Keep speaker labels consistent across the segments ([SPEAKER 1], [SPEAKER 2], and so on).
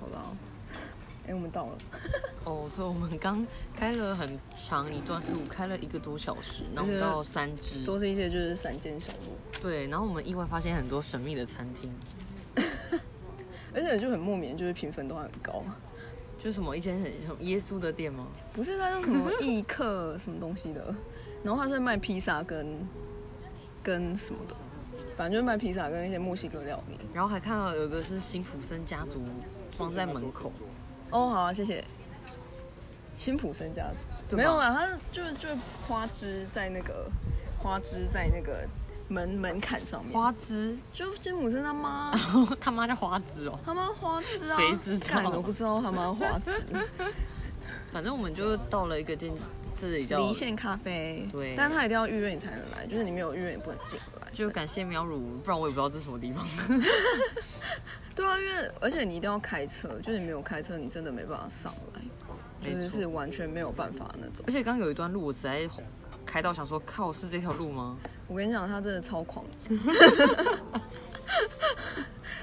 [SPEAKER 1] 好不好？哎、我们到了，
[SPEAKER 2] 哦，对，我们刚开了很长一段路，开了一个多小时，然后
[SPEAKER 1] 而且
[SPEAKER 2] 到三只，
[SPEAKER 1] 都是一些就是散见小路，
[SPEAKER 2] 对，然后我们意外发现很多神秘的餐厅，
[SPEAKER 1] 而且就很莫名，就是评分都还很高。
[SPEAKER 2] 就是什么一间很什么耶稣的店吗？
[SPEAKER 1] 不是，他叫什么异客什么东西的， 然后他在卖披萨跟跟什么的，反正就是卖披萨跟一些墨西哥料理。
[SPEAKER 2] 然后还看到有一个是辛普森家族放在门口，
[SPEAKER 1] 哦，好、啊，谢谢。辛普森家族
[SPEAKER 2] 对吧
[SPEAKER 1] 没有啦，他就是就是花枝在那个花枝在那个门门槛上面，
[SPEAKER 2] 花枝，
[SPEAKER 1] 就辛普森他妈。
[SPEAKER 2] 他妈叫花枝哦。
[SPEAKER 1] 他妈花枝啊！
[SPEAKER 2] 谁知道
[SPEAKER 1] 干我不知道他妈花枝。
[SPEAKER 2] 反正我们就到了一个间，这里叫
[SPEAKER 1] 离线咖啡，
[SPEAKER 2] 对
[SPEAKER 1] 但他一定要预约你才能来，就是你没有预约你不能进来。
[SPEAKER 2] 就感谢喵乳，不然我也不知道这是什么地方。
[SPEAKER 1] 对啊，因为而且你一定要开车，就是你没有开车，你真的没办法上来，就
[SPEAKER 2] 没
[SPEAKER 1] 是
[SPEAKER 2] 错
[SPEAKER 1] 是完全没有办法那种
[SPEAKER 2] 而。且刚有一段路，我实在开到想说，靠，是这条路吗？
[SPEAKER 1] 我跟你讲，他真的超 狂。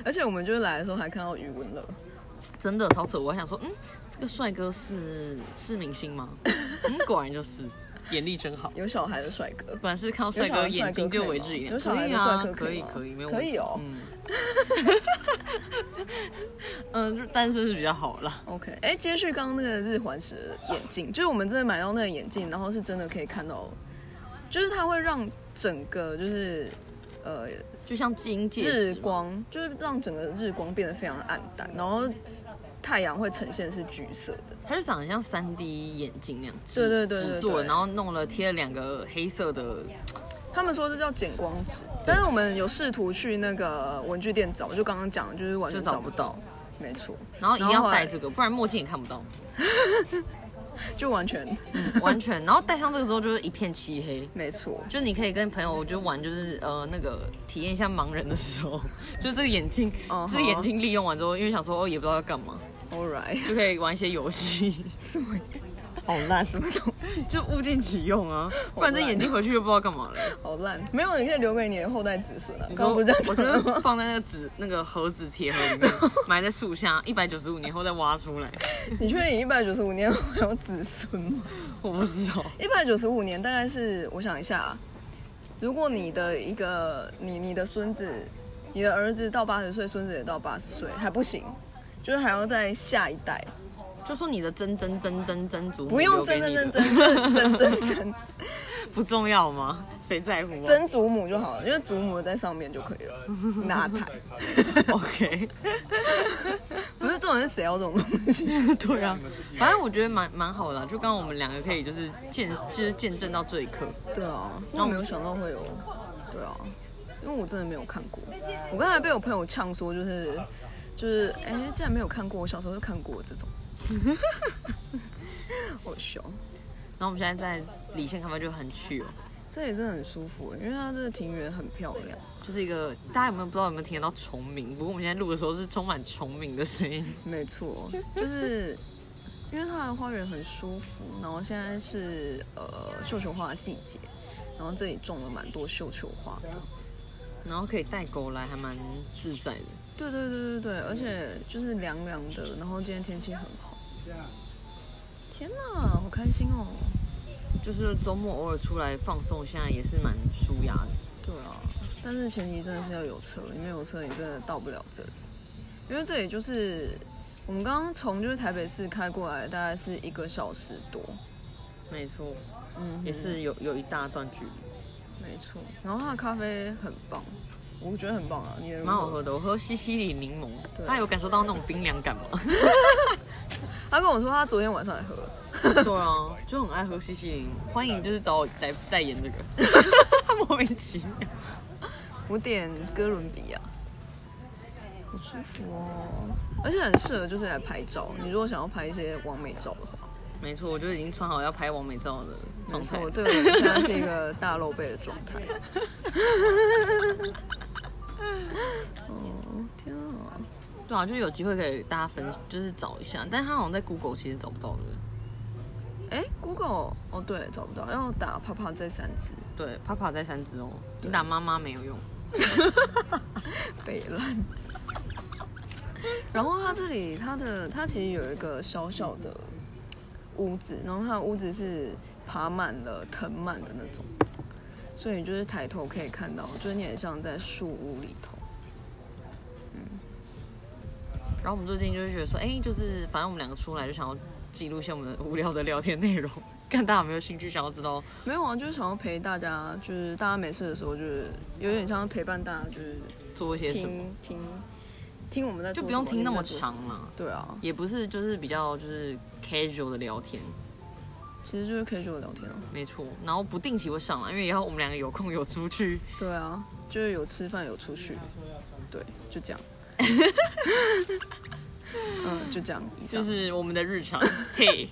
[SPEAKER 1] 而且我们就是来的时候还看到余文乐，
[SPEAKER 2] 真的超扯！我还想说，嗯，这个帅哥是是明星 吗？嗯，果然就是，眼力真好。
[SPEAKER 1] 有小孩的帅哥，
[SPEAKER 2] 果然是看到
[SPEAKER 1] 有
[SPEAKER 2] 帅
[SPEAKER 1] 小孩
[SPEAKER 2] 哥
[SPEAKER 1] 的帅
[SPEAKER 2] 眼睛
[SPEAKER 1] 哥
[SPEAKER 2] 就
[SPEAKER 1] 可以
[SPEAKER 2] 为
[SPEAKER 1] 吗
[SPEAKER 2] 之一亮。
[SPEAKER 1] 有小孩的帅哥
[SPEAKER 2] 可
[SPEAKER 1] 可
[SPEAKER 2] 以
[SPEAKER 1] 以
[SPEAKER 2] 啊
[SPEAKER 1] 吗
[SPEAKER 2] 可以，没有
[SPEAKER 1] 可
[SPEAKER 2] 问
[SPEAKER 1] 以
[SPEAKER 2] 题
[SPEAKER 1] 哦
[SPEAKER 2] 嗯，嗯，就单身是比较好啦。
[SPEAKER 1] OK，哎、接续刚刚那个日环食的眼镜，就是我们真的买到那个眼镜，然后是真的可以看到，就是它会让整个就是呃
[SPEAKER 2] 就像金戒指
[SPEAKER 1] 日
[SPEAKER 2] 嘛，
[SPEAKER 1] 光，就是让整个日光变得非常暗淡，然后太阳会呈现是橘色的。
[SPEAKER 2] 它就长得像三 D 眼镜那样，
[SPEAKER 1] 对对对对
[SPEAKER 2] 纸做的，
[SPEAKER 1] 对
[SPEAKER 2] 然后弄了贴了两个黑色的，
[SPEAKER 1] 他们说这叫减光纸，但是我们有试图去那个文具店找，就刚刚讲的，就是完
[SPEAKER 2] 就
[SPEAKER 1] 全
[SPEAKER 2] 找
[SPEAKER 1] 找
[SPEAKER 2] 不
[SPEAKER 1] 不
[SPEAKER 2] 到
[SPEAKER 1] 到，。没错，
[SPEAKER 2] 然后一定
[SPEAKER 1] 然
[SPEAKER 2] 要
[SPEAKER 1] 后后来
[SPEAKER 2] 戴这个，不然墨镜也看不到，
[SPEAKER 1] 就完全
[SPEAKER 2] 完全。然后戴上这个之后就是一片漆黑。
[SPEAKER 1] 没错。
[SPEAKER 2] 就你可以跟朋友就玩，就是呃那个体验一下盲人的时候，就这个眼镜
[SPEAKER 1] 嗯哼
[SPEAKER 2] 这个眼镜利用完之后，因为想说哦也不知道要干嘛，
[SPEAKER 1] All right，
[SPEAKER 2] 就可以玩一些游戏，
[SPEAKER 1] 什么
[SPEAKER 2] 好烂，
[SPEAKER 1] 什么都
[SPEAKER 2] 就物尽其用啊，不然这眼镜回去又不知道干嘛了。
[SPEAKER 1] 好烂，没有，你可以留给你的后代子孙啊。
[SPEAKER 2] 你
[SPEAKER 1] 刚刚不是这样
[SPEAKER 2] 我
[SPEAKER 1] 讲
[SPEAKER 2] 觉
[SPEAKER 1] 的吗
[SPEAKER 2] 得？放在那个纸那个盒子铁盒里面，埋在树下，一百九十五年后再挖出来，
[SPEAKER 1] 你确定你一百九十五年会有子孙吗？
[SPEAKER 2] 我不知道。
[SPEAKER 1] 一百九十五年大概是，我想一下啊，如果你的一个你你的孙子，你的儿子到八十岁，孙子也到八十岁，还不行，就是还要在下一代，
[SPEAKER 2] 就说你的曾曾曾曾曾祖母
[SPEAKER 1] 不用
[SPEAKER 2] 留给
[SPEAKER 1] 曾
[SPEAKER 2] 你
[SPEAKER 1] 曾
[SPEAKER 2] 的
[SPEAKER 1] 曾曾曾曾 曾
[SPEAKER 2] 不重要吗？谁在乎啊
[SPEAKER 1] 曾祖母就好了，因为祖母在上面就可以了，哪台？
[SPEAKER 2] ？OK，
[SPEAKER 1] 不是重点是谁要这种东西？
[SPEAKER 2] 对啊，反正我觉得蛮蛮好的啊、就刚刚我们两个可以就是见，就是见证到这一刻。
[SPEAKER 1] 对啊，那我没有想到会有，对啊，因为我真的没有看过。我刚才被我朋友呛说、就是，就是哎、竟然没有看过，我小时候就看过这种， 好凶。
[SPEAKER 2] 然后我们现在在理线咖啡就很去哦，
[SPEAKER 1] 这里真的很舒服，因为它这个庭园很漂亮。
[SPEAKER 2] 就是一个大家有没有不知道有没有听得到虫鸣？不过我们现在录的时候是充满虫鸣的声音。
[SPEAKER 1] 没错，就是因为它的花园很舒服，然后现在是呃绣球花的季节，然后这里种了蛮多绣球花的。
[SPEAKER 2] 然后可以带狗来，还蛮自在的。
[SPEAKER 1] 对对对对对，而且就是凉凉的，然后今天天气很好。天哪，好开心哦！
[SPEAKER 2] 就是周末偶尔出来放松一下，也是蛮舒压的。
[SPEAKER 1] 对啊，但是前提真的是要有车，你没有车，你真的到不了这里，因为这里就是我们刚刚从就是台北市开过来，大概是一个小时多。
[SPEAKER 2] 没错，嗯
[SPEAKER 1] 嗯，
[SPEAKER 2] 也是有有一大段距离，
[SPEAKER 1] 没错。然后它的咖啡很棒，我觉得很棒啊，你的
[SPEAKER 2] 蛮好喝的。我喝西西里柠檬，
[SPEAKER 1] 对
[SPEAKER 2] 大家有感受到那种冰凉感吗？
[SPEAKER 1] 他跟我说他昨天晚上还喝了，
[SPEAKER 2] 对啊，就很爱喝西西里柠檬。欢迎就是找我代代言这个， 莫名其妙。
[SPEAKER 1] 我点哥伦比啊亚，好舒服哦，而且很适合就是来拍照。你如果想要拍一些完美照的话，
[SPEAKER 2] 没错，我就已经穿好要拍完美照的状
[SPEAKER 1] 没
[SPEAKER 2] 态
[SPEAKER 1] 错，。这个现在是一个大露背的状态。 哦，天啊！
[SPEAKER 2] 对啊，就是有机会可以给大家分，就是找一下。但是他好像在 Google 其实找不到的。
[SPEAKER 1] 哎，Google，哦对，找不到，要打啪啪这三只，
[SPEAKER 2] 对，Papa 在三只哦，你打妈妈没有用。
[SPEAKER 1] 北烂。 然后它这里它的它其实有一个小小的屋子，然后它的屋子是爬满了藤蔓的那种，所以你就是抬头可以看到，就是你很像在树屋里头。
[SPEAKER 2] 然后我们最近就是觉得说，哎，就是反正我们两个出来就想要记录一些我们无聊的聊天内容， 看大家有没有兴趣想要知道。
[SPEAKER 1] 没有啊，就是想要陪大家，就是大家没事的时候，就是有点像陪伴大家，就是
[SPEAKER 2] 做一些什么，
[SPEAKER 1] 听听听我们在
[SPEAKER 2] 就
[SPEAKER 1] 做
[SPEAKER 2] 不用
[SPEAKER 1] 什么
[SPEAKER 2] 听那
[SPEAKER 1] 你
[SPEAKER 2] 么。
[SPEAKER 1] 们在做什
[SPEAKER 2] 长嘛，
[SPEAKER 1] 对啊，
[SPEAKER 2] 也不是就是比较就是 casual 的聊天，
[SPEAKER 1] 其实就是可以 a 聊天啊。
[SPEAKER 2] 没错。然后不定期会上来，因为也要我们两个有空有出去。
[SPEAKER 1] 对啊，就是有吃饭有出去，对，就 这样。嗯，就这样，以上。
[SPEAKER 2] 就是我们的日常。嘿，